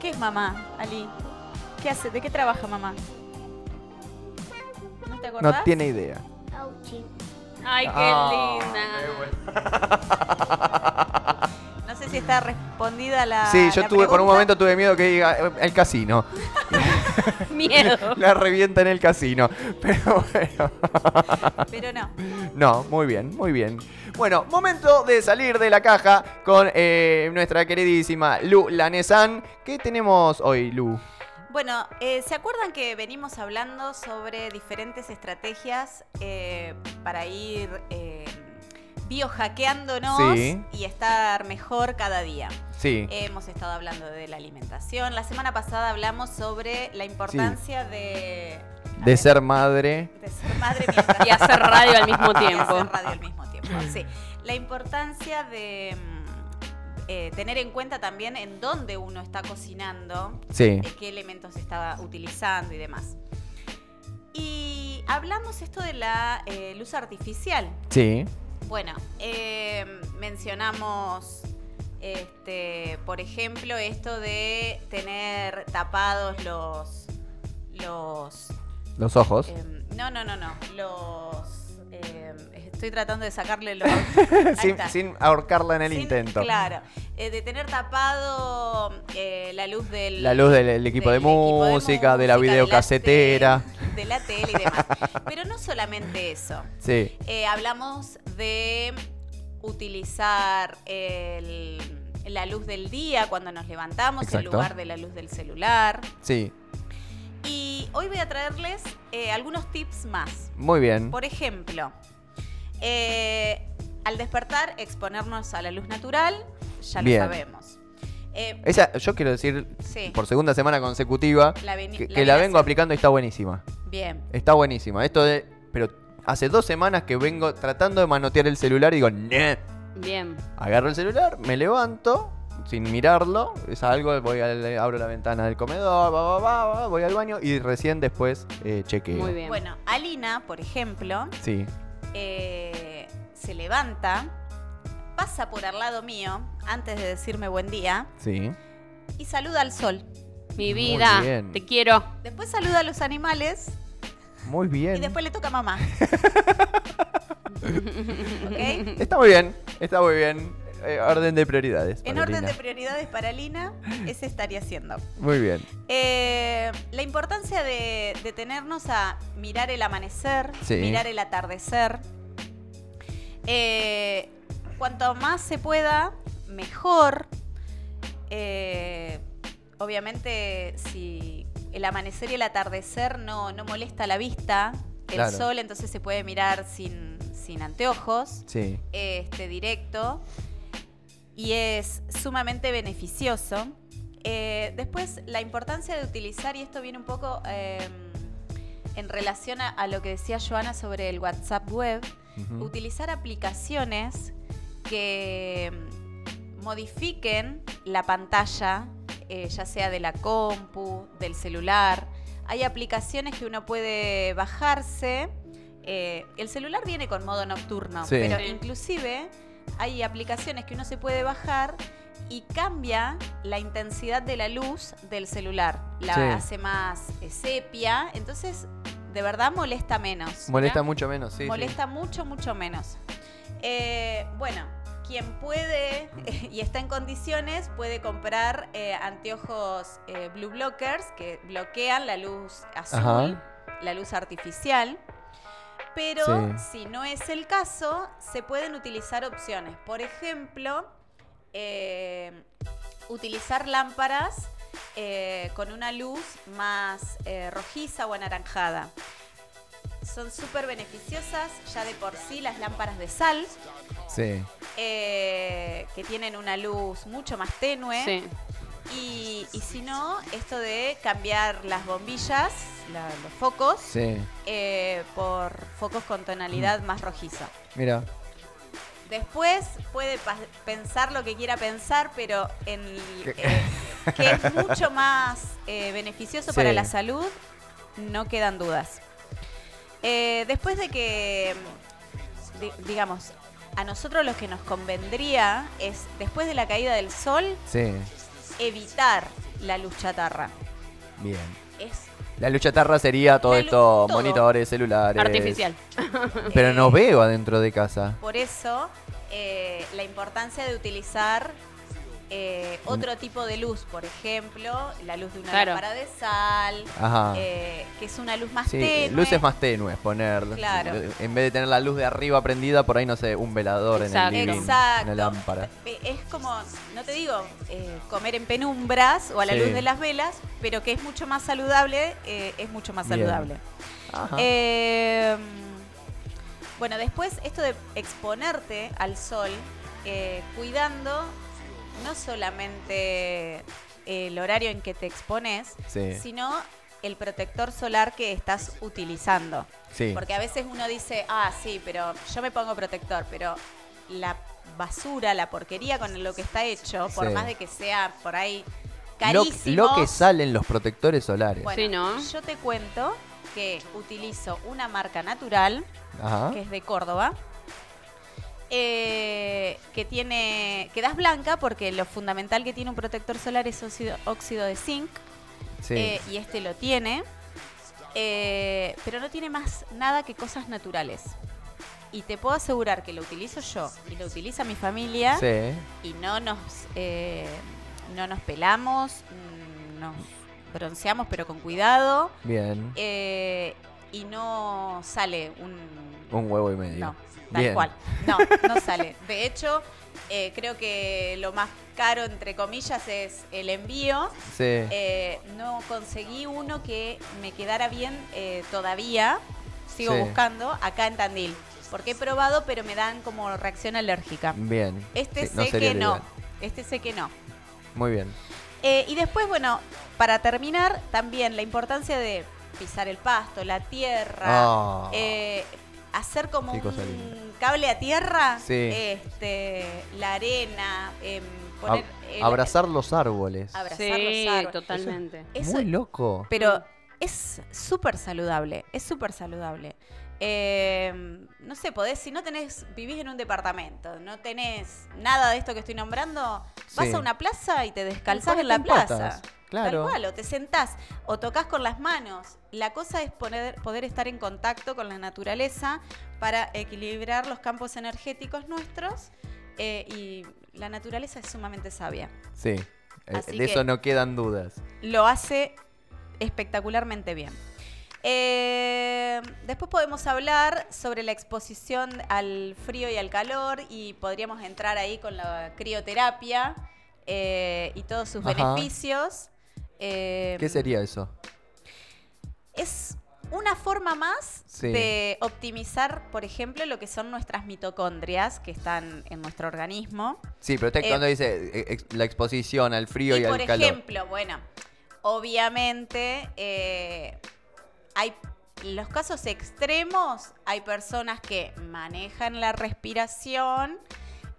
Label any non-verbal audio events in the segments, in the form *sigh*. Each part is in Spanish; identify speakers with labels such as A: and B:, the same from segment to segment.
A: ¿Qué es mamá, Ali? ¿Qué hace? ¿De qué trabaja mamá? ¿No te acordás?
B: No tiene idea.
C: Coaching.
A: Ay, qué
B: Ah,
A: linda.
B: qué bueno.
A: No sé si está respondida la.
B: Sí, yo
A: Ah, la
B: tuve, por un
A: pregunta.
B: momento tuve miedo que diga eh, el casino.
A: *laughs* Miedo.
B: *laughs* La revienta en el casino. Pero bueno.
A: Pero no.
B: No, muy bien, muy bien. Bueno, momento de salir de la caja con eh, nuestra queridísima Lu Lanesan. ¿Qué tenemos hoy, Lu?
A: Bueno, eh, ¿se acuerdan que venimos hablando sobre diferentes estrategias eh, para ir eh, biohackeándonos
B: Sí.
A: y estar mejor cada día?
B: Sí.
A: Hemos estado hablando de la alimentación. La semana pasada hablamos sobre la importancia de,
B: De ser madre.
A: de ser madre
D: *laughs*
A: mientras
D: Y hacer radio al
A: *laughs*
D: mismo
A: y hacer
D: tiempo.
A: radio al mismo tiempo. Sí. La importancia de mm, eh, tener en cuenta también en dónde uno está cocinando
B: Sí.
A: eh, qué elementos estaba utilizando y demás. Y hablamos esto de la eh, luz artificial.
B: Sí.
A: Bueno, eh, mencionamos, este, por ejemplo, esto de tener tapados los, los,
B: Los ojos.
A: em, no, no, no, no, los, em, estoy tratando de sacarle
B: *laughs*
A: los, ahí
B: Sin,
A: está.
B: sin ahorcarla en el
A: Sin-
B: intento.
A: Claro, eh, de tener tapado eh, la luz del
B: La luz del, del equipo, de, música, de la
A: música,
B: videocasetera.
A: de la tele y demás. Pero no solamente eso.
B: Sí.
A: Eh, hablamos de utilizar el- la luz del día cuando nos levantamos
B: Exacto.
A: en lugar de la luz del celular.
B: Sí.
A: Y hoy voy a traerles eh, algunos tips más.
B: Muy bien.
A: Por ejemplo, eh, al despertar, exponernos a la luz natural, ya
B: Bien.
A: lo sabemos. Eh,
B: Esa, yo quiero decir,
A: sí,
B: por segunda semana consecutiva,
A: la veni-
B: que, que la vengo
A: venación.
B: aplicando y está buenísima.
A: Bien.
B: Está buenísima. Esto de. Pero hace dos semanas que vengo tratando de manotear el celular y digo, "Neh".
D: Bien.
B: Agarro el celular, me levanto, sin mirarlo, salgo, voy al- abro la ventana del comedor, va, va, va, va, voy al baño y recién después eh, chequeo.
D: Muy bien.
A: Bueno, Alina, por ejemplo,
B: Sí.
A: eh, se levanta, pasa por al lado mío antes de decirme buen día
B: Sí.
A: y saluda al sol.
D: Mi
B: Muy
D: vida.
B: bien.
D: Te quiero.
A: Después saluda a los animales
B: Muy bien.
A: y después le toca a
B: *laughs*
A: mamá. ¿Ok?
B: Está muy bien, está muy bien. Eh, orden de prioridades.
A: En
B: Paulina.
A: orden de prioridades para Alina, ese estaría siendo.
B: Muy bien.
A: Eh, la importancia de detenernos a mirar el amanecer,
B: Sí.
A: mirar el atardecer. Eh, cuanto más se pueda, mejor. Eh, obviamente, si el amanecer y el atardecer no, no molesta la vista, el
B: Claro.
A: sol entonces se puede mirar sin, sin anteojos
B: Sí.
A: este, directo y es sumamente beneficioso. Eh, después, la importancia de utilizar, y esto viene un poco eh, en relación a, a lo que decía Joana sobre el WhatsApp web,
B: Ujú.
A: utilizar aplicaciones que mm, modifiquen la pantalla, eh, ya sea de la compu, del celular. Hay aplicaciones que uno puede bajarse. eh, el celular viene con modo nocturno,
B: Sí.
A: pero
D: Sí.
A: inclusive hay aplicaciones que uno se puede bajar y cambia la intensidad de la luz del celular. La
B: Sí.
A: hace más eh, sepia, entonces de verdad molesta menos
B: Molesta mucho menos, sí. sí.
A: molesta mucho, mucho menos. Eh, bueno, quien puede *laughs* y está en condiciones puede comprar eh, anteojos eh, blue blockers que bloquean la luz azul,
B: Ajá.
A: la luz artificial. Pero si no es el caso, se pueden utilizar opciones. Por ejemplo, eh, utilizar lámparas eh, con una luz más eh, rojiza o anaranjada. Son súper beneficiosas ya de por sí las lámparas de sal,
B: Sí.
A: eh, que tienen una luz mucho más tenue.
D: Sí.
A: Y, y si no, esto de cambiar las bombillas, la- los focos,
B: Sí.
A: eh, por focos con tonalidad más rojiza.
B: Mira.
A: Después puede pas- pensar lo que quiera pensar, pero en el- eh, que es mucho más eh, beneficioso
B: Sí.
A: para la salud, no quedan dudas. Eh, después de que, di- digamos, a nosotros lo que nos convendría es, después de la caída del sol,
B: Sí.
A: evitar la luz chatarra.
B: Bien.
A: Es
B: La luz chatarra sería todo
A: La luz-
B: esto,
A: todo.
B: monitores, celulares.
D: Artificial.
B: Pero no
A: Eh,
B: veo adentro de casa.
A: Por eso, eh, la importancia de utilizar eh,
B: Mm.
A: otro tipo de luz, por ejemplo, la luz de una
D: Claro.
A: lámpara de sal,
B: Ajá.
A: eh, que es una luz más
B: Ah. Sí,
A: tenue.
B: luces más tenues poner.
A: Claro.
B: En vez de tener la luz de arriba prendida, por ahí no sé, un velador
D: Exacto.
B: en el living,
A: Exacto.
B: una lámpara.
A: Eh, Es como, no te digo, eh, comer en penumbras o a la
B: Sí.
A: luz de las velas, pero que es mucho más saludable, eh, es mucho más
B: Bien.
A: saludable.
B: Ajá.
A: Eh, bueno, después esto de exponerte al sol, eh, cuidando no solamente eh, el horario en que te expones,
B: Sí.
A: sino el protector solar que estás utilizando.
B: sí.
A: Porque a veces uno dice, ah, sí, pero yo me pongo protector, pero la basura, la porquería con lo que está hecho, por
B: Sí.
A: más de que sea por ahí
B: Lo,
A: carísimo.
B: lo que salen los protectores solares.
A: Bueno,
D: Sí, ¿no?
A: yo te cuento que utilizo una marca natural,
B: Ajá.
A: que es de Córdoba, eh, que tiene, que das blanca porque lo fundamental que tiene un protector solar es óxido, óxido de zinc,
B: Sí.
A: eh, y este lo tiene, eh, pero no tiene más nada que cosas naturales. Y te puedo asegurar que lo utilizo yo y lo utiliza mi familia
B: Sí.
A: y no nos eh, no nos pelamos, mm, nos bronceamos pero con cuidado
B: Bien.
A: eh, y no sale un,
B: Un huevo y medio.
A: no tal
B: Bien.
A: cual
B: *laughs*
A: no no sale. De hecho eh, creo que lo más caro entre comillas es el envío.
B: Sí.
A: Eh, no conseguí uno que me quedara bien eh, todavía. Sigo
B: Sí.
A: buscando acá en Tandil. Porque he probado, pero me dan como reacción alérgica.
B: bien.
A: Este
B: Sí,
A: sé
B: sería
A: que
B: lo
A: no.
B: ideal.
A: Este sé que no.
B: Muy bien.
A: Eh, y después, bueno, para terminar, también la importancia de pisar el pasto, la tierra.
B: Ah.
A: eh, hacer como
B: Qué
A: un
B: cosa linda.
A: cable a tierra.
B: Sí.
A: Este, la arena. em, poner
B: Ab-
A: el-
B: abrazar los árboles.
A: abrazar
D: Sí,
A: los árboles.
D: totalmente.
A: Eso
B: Muy loco.
A: Pero es súper saludable, es súper saludable. Eh, no sé, podés, si no tenés, vivís en un departamento, no tenés nada de esto que estoy nombrando, vas
B: Sí.
A: a una plaza y te descalzás
B: Capaz
A: en la
B: te empatas,
A: plaza.
B: claro.
A: Tal cual, o te sentás, o tocas con las manos. La cosa es poner- poder estar en contacto con la naturaleza para equilibrar los campos energéticos nuestros. eh, y la naturaleza es sumamente sabia
B: Sí. Eh,
A: Así
B: de eso
A: que-
B: no quedan dudas.
A: lo hace espectacularmente bien. Eh, después podemos hablar sobre la exposición al frío y al calor y podríamos entrar ahí con la crioterapia eh, y todos sus
B: Ajá.
A: beneficios. Eh,
B: ¿Qué sería eso?
A: Es una forma más
B: Sí.
A: de optimizar, por ejemplo, lo que son nuestras mitocondrias que están en nuestro organismo.
B: Sí, pero usted
A: Eh,
B: cuando dice eh, ex- la exposición al frío y,
A: por
B: al calor.
A: ejemplo, bueno, obviamente eh, hay los casos extremos, hay personas que manejan la respiración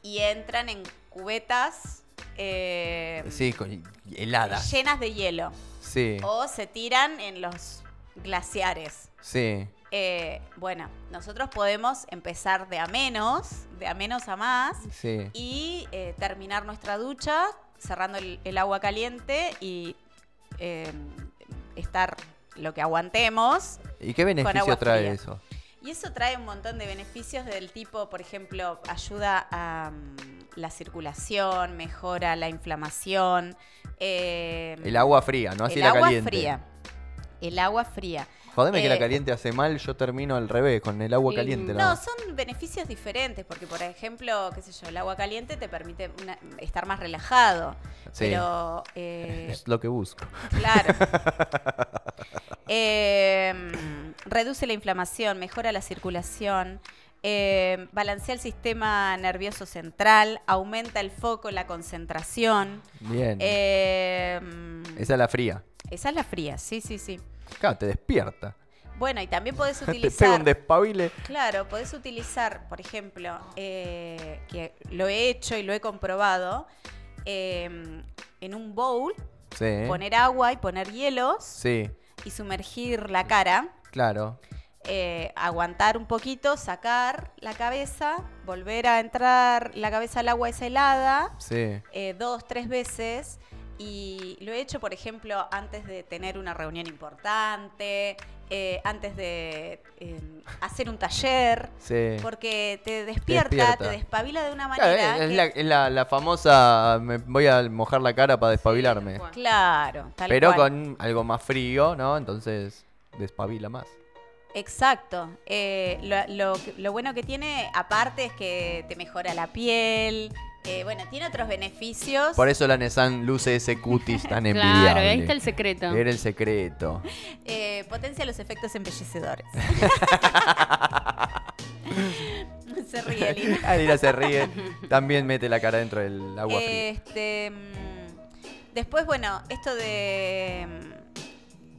A: y entran en cubetas eh,
B: Sí, con y- heladas.
A: llenas de hielo
B: Sí,
A: o se tiran en los glaciares.
B: sí.
A: Eh, bueno, nosotros podemos empezar de a menos, de a menos a más,
B: Sí.
A: y eh, terminar nuestra ducha cerrando el, el agua caliente y eh, estar lo que aguantemos.
B: ¿Y qué
A: agua
B: beneficio trae
A: fría.
B: eso?
A: Y eso trae un montón de beneficios del tipo, por ejemplo, ayuda a mm, la circulación, mejora la inflamación. eh,
B: El agua fría, no así
A: el
B: la
A: agua
B: caliente.
A: fría. El agua fría.
B: Jodeme que la
A: Eh,
B: caliente hace mal, yo termino al revés, con el agua
D: Y-
B: caliente.
A: No,
B: nada más.
A: son beneficios diferentes, porque por ejemplo, qué sé yo, el agua caliente te permite una- estar más relajado.
B: Sí. *laughs*
A: Pero eh,
B: Es lo que busco.
A: Claro. Eh, reduce la inflamación, mejora la circulación, eh, balancea el sistema nervioso central, aumenta el foco, la concentración.
B: Bien.
A: Eh,
B: Esa es la fría.
A: esa es la fría, sí, sí, sí.
B: Claro, te despierta. *laughs*
A: Bueno, y también podés
B: Te pega
A: utilizar...
B: un despabile.
A: Claro, podés utilizar, por ejemplo, eh, que lo he hecho y lo he comprobado, eh, en un bowl,
B: Sí.
A: poner agua y poner hielos
B: Sí,
A: y sumergir la cara,
B: claro.
A: eh, aguantar un poquito, sacar la cabeza, volver a entrar la cabeza al agua es helada,
B: Sí.
A: eh, dos, tres veces, Y lo he hecho, por ejemplo, antes de tener una reunión importante, eh, antes de eh, hacer un taller,
B: Sí.
A: porque te despierta, te,
B: despierta.
A: despabila de una manera.
B: Claro, es, es
A: que-
B: la, es la- la famosa, me voy a mojar la cara para despabilarme.
D: tal cual.
A: Claro, tal
B: pero
A: cual.
B: con algo más frío, ¿no? Entonces despabila más.
A: Exacto. Eh, lo, lo- lo bueno que tiene, aparte, es que te mejora la piel. Eh, bueno, tiene otros beneficios.
B: Por eso la Nesan luce ese cutis tan envidiable.
D: *laughs* Claro, ahí está el secreto.
B: Era el secreto.
A: Eh, potencia los efectos
B: *laughs*
A: embellecedores. *laughs* Se ríe, *laughs* Lina.
B: Adira Ah, se ríe. También mete la cara dentro del agua fría.
A: Este, mm, después, bueno, esto de mm,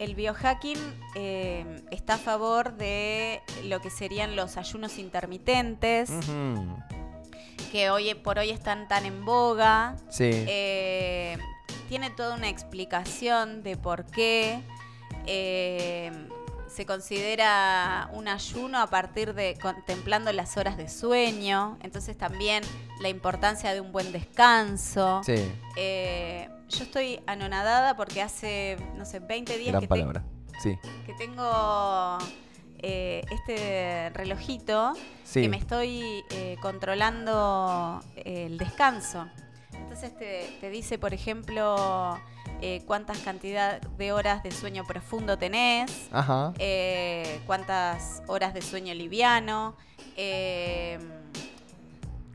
A: el biohacking eh, está a favor de lo que serían los ayunos intermitentes,
B: Ujú.
A: que hoy por hoy están tan en boga.
B: Sí.
A: Eh, tiene toda una explicación de por qué eh, se considera un ayuno a partir de contemplando las horas de sueño, entonces también la importancia de un buen descanso.
B: sí.
A: Eh, yo estoy anonadada porque hace, no sé, 20 días
B: Gran
A: que, te-
B: palabra. Sí.
A: que tengo eh, este relojito
B: Sí.
A: que me estoy eh, controlando eh, el descanso. Entonces te, te dice, por ejemplo, eh, cuántas cantidad de horas de sueño profundo tenés,
B: Ajá.
A: eh, cuántas horas de sueño liviano, eh,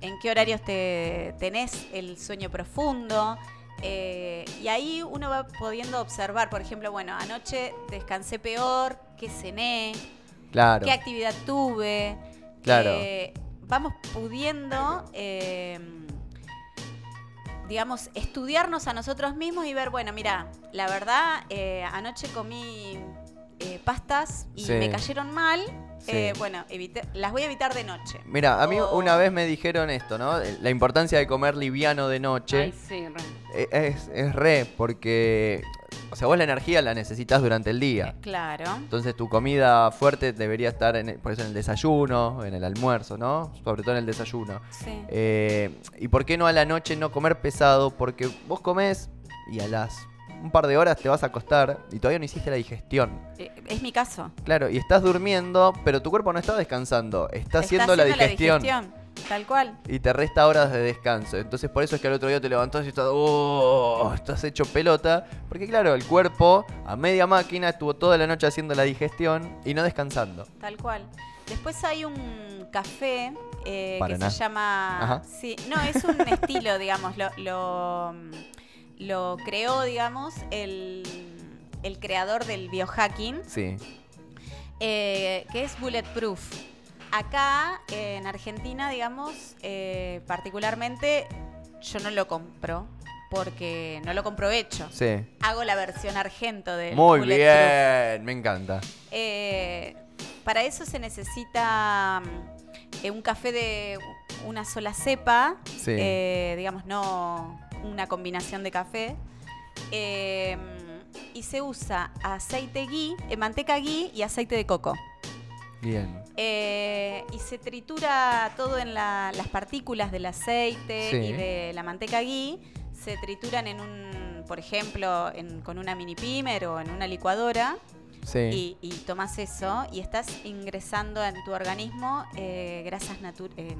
A: en qué horarios te tenés el sueño profundo. eh, y ahí uno va pudiendo observar, por ejemplo, bueno, anoche descansé peor, qué cené,
B: Claro.
A: qué actividad tuve.
B: Claro.
A: Eh, vamos pudiendo, eh, digamos, estudiarnos a nosotros mismos y ver, bueno, mira, la verdad, eh, anoche comí eh, pastas y
B: Sí.
A: me cayeron mal.
B: Sí.
A: Eh, bueno, Oh. evite- las voy a evitar de noche.
B: Mira, a mí
A: O-
B: una vez me dijeron esto, ¿no? La importancia de comer liviano de noche.
D: Ay, sí, re.
B: Eh, Es, es re, porque. O sea, vos la energía la necesitas durante el día.
A: Claro.
B: Entonces tu comida fuerte debería estar, en el- por eso, en el desayuno, en el almuerzo, ¿no? Sobre todo en el desayuno.
A: Sí.
B: Eh, ¿Y por qué no a la noche no comer pesado? Porque vos comés y a las un par de horas te vas a acostar y todavía no hiciste la digestión.
A: Eh, es mi caso.
B: Claro, y estás durmiendo, pero tu cuerpo no está descansando, está, haciendo, la, digestión,
A: digestión, Tal cual.
B: Y te resta horas de descanso. Entonces por eso es que al otro día te levantás y estás, "Oh", estás hecho pelota. Porque claro, el cuerpo a media máquina estuvo toda la noche haciendo la digestión y no descansando.
A: Tal cual. Después hay un café eh, que
B: Paraná.
A: se llama.
B: Ajá.
A: Sí, no, es
B: *laughs*
A: un estilo, digamos. Lo, lo, mm, lo creó, digamos, el, el creador del biohacking,
B: Sí,
A: eh, que es Bulletproof. Acá eh, en Argentina, digamos, eh, particularmente yo no lo compro porque no lo compro hecho.
B: sí.
A: Hago la versión argento del
B: Muy
A: Bulletproof.
B: bien, me encanta.
A: Eh, para eso se necesita mm, eh, un café de una sola cepa,
B: Sí.
A: eh, digamos, no una combinación de café. Eh, y se usa aceite ghee, eh, manteca ghee y aceite de coco.
B: Bien.
A: Eh, y se tritura todo en la- las partículas del aceite
B: Sí.
A: y de la manteca ghee. Se trituran en un, por ejemplo, en- con una mini pimer o en una licuadora
B: Sí.
A: y, y tomas eso y estás ingresando en tu organismo eh, grasas, natu- eh,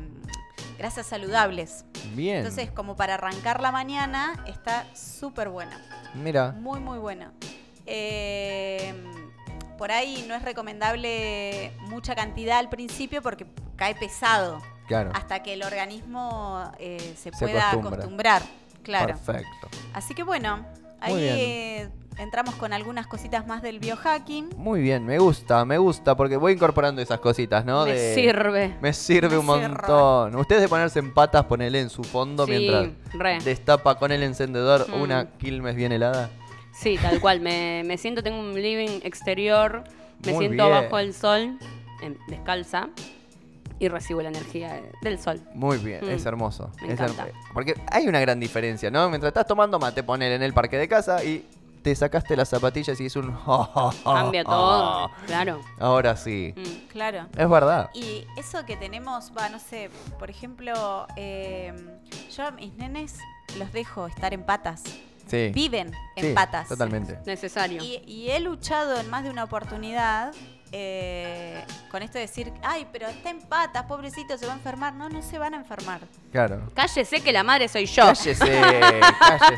A: grasas saludables.
B: Bien.
A: Entonces, como para arrancar la mañana, está súper bueno.
B: Mira,
A: Muy, muy bueno. Eh, por ahí no es recomendable mucha cantidad al principio porque cae pesado
B: claro.
D: Ah,
A: hasta que el organismo eh, se,
B: Ah. Se
A: pueda
B: acostumbra.
A: acostumbrar. Claro.
B: Perfecto.
A: Así que bueno,
B: Muy
A: ahí
B: bien.
A: eh, entramos con algunas cositas más del biohacking.
B: Muy bien, me gusta, me gusta, porque voy incorporando esas cositas, ¿no?
D: me
B: De-
D: sirve.
B: Me sirve
A: Me
B: un
A: sirve.
B: montón. Ustedes de ponerse en patas, ponele en su fondo
D: Sí,
B: mientras
D: re.
B: destapa con el encendedor
D: Mm.
B: una quilmes bien helada.
D: Sí, tal cual. Me, me siento, tengo un living exterior, me
B: Muy
D: siento
B: bien.
D: bajo el sol, em, descalza, y recibo la energía eh, del sol.
B: Muy bien,
D: Mm.
B: es hermoso.
D: Me
B: es her-
D: encanta.
B: Porque hay una gran diferencia, ¿no? Mientras estás tomando mate, ponele en el parque de casa y te sacaste las zapatillas y es un... *laughs* Ah,
D: Cambia todo, claro.
B: Ahora sí.
D: Mm.
A: Claro.
B: Es verdad.
A: Y eso que tenemos, va, no sé, em, por ejemplo, eh, yo a mis nenes los dejo estar en patas.
B: Sí.
A: viven en
B: Sí,
A: patas.
B: Totalmente.
D: Necesario.
A: Y, y he luchado en más de una oportunidad eh, con esto de decir, ay, pero está en patas, pobrecito, se va a enfermar. No, no se van a enfermar.
B: Claro.
D: Cállese que la madre soy yo.
B: Cállese,
A: *laughs*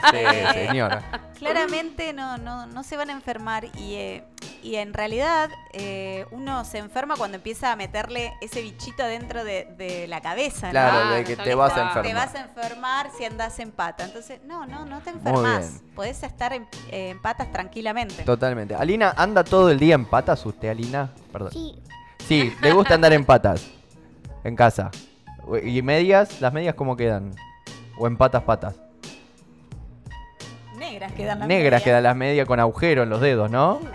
B: cállese, señora.
A: Claramente no, no, no se van a enfermar y, eh, y en realidad eh, uno se enferma cuando empieza a meterle ese bichito adentro de, de la cabeza. ¿no?
B: Claro, de
D: Claro,
B: que
D: ya
B: te
D: que
B: vas a
D: está.
B: enfermar.
A: Te vas a enfermar si andás en pata. Entonces, no, no, no te enfermas.
B: bien.
A: Podés estar en, eh, en patas tranquilamente.
B: Totalmente. Alina, ¿anda todo el día en patas usted, Alina? Perdón.
C: Sí,
B: Sí, ¿le gusta andar en patas? En casa. ¿Y medias? ¿Las medias cómo quedan? ¿O en patas, patas?
A: Negras quedan las
B: Negras
A: medias.
B: quedan las medias con agujero en los dedos, ¿no? *laughs*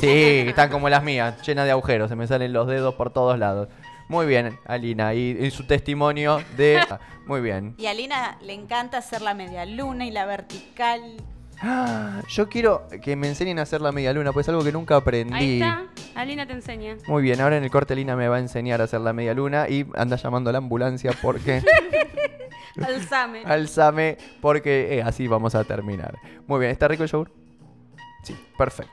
B: Sí, están como las mías, llenas de agujeros, se me salen los dedos por todos lados. Muy bien, Alina, y, y su testimonio
A: *laughs*
B: de... Muy bien.
A: Y a Lina le encanta hacer la media luna y la vertical.
B: Ah, *gasps* Yo quiero que me enseñen a hacer la media luna, pues es algo que nunca aprendí.
D: Ahí está. Alina te enseña.
B: Muy bien, ahora en el corte Lina me va a enseñar a hacer la media luna y anda llamando a la ambulancia
D: *laughs*
B: porque...
D: Alzame.
B: Alzame, porque eh, así vamos a terminar. Muy bien, ¿está rico el yogur? Sí, perfecto.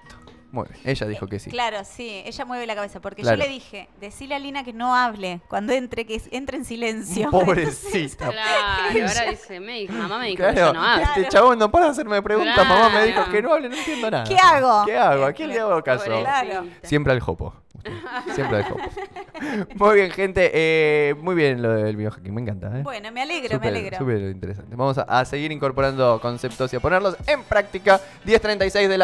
B: Muy bien, ella dijo que sí.
A: Claro, sí, ella mueve la cabeza. Porque
B: Claro.
A: yo le dije, decile a Lina que no hable cuando entre, que entre en
B: *laughs*
A: silencio.
D: *laughs*
B: Pobrecita.
D: Claro, ahora dice, me dijo, mamá me dijo que yo
B: Claro,
D: no hablo.
B: este chabón no para de hacerme preguntas. Mamá me dijo
D: Claro.
B: que no hable, no entiendo nada.
A: ¿Qué hago?
B: ¿Qué hago? ¿A quién le hago caso?
A: Pobrecita.
B: Siempre al jopo. usted. Siempre al jopo. Muy bien, gente. eh, muy bien lo del biohacking. Me encanta. ¿eh?
A: Bueno, me alegro,
B: Súper,
A: me alegro.
B: súper interesante. Vamos a, a seguir incorporando conceptos y a ponerlos en práctica. 10.36 de la mañana.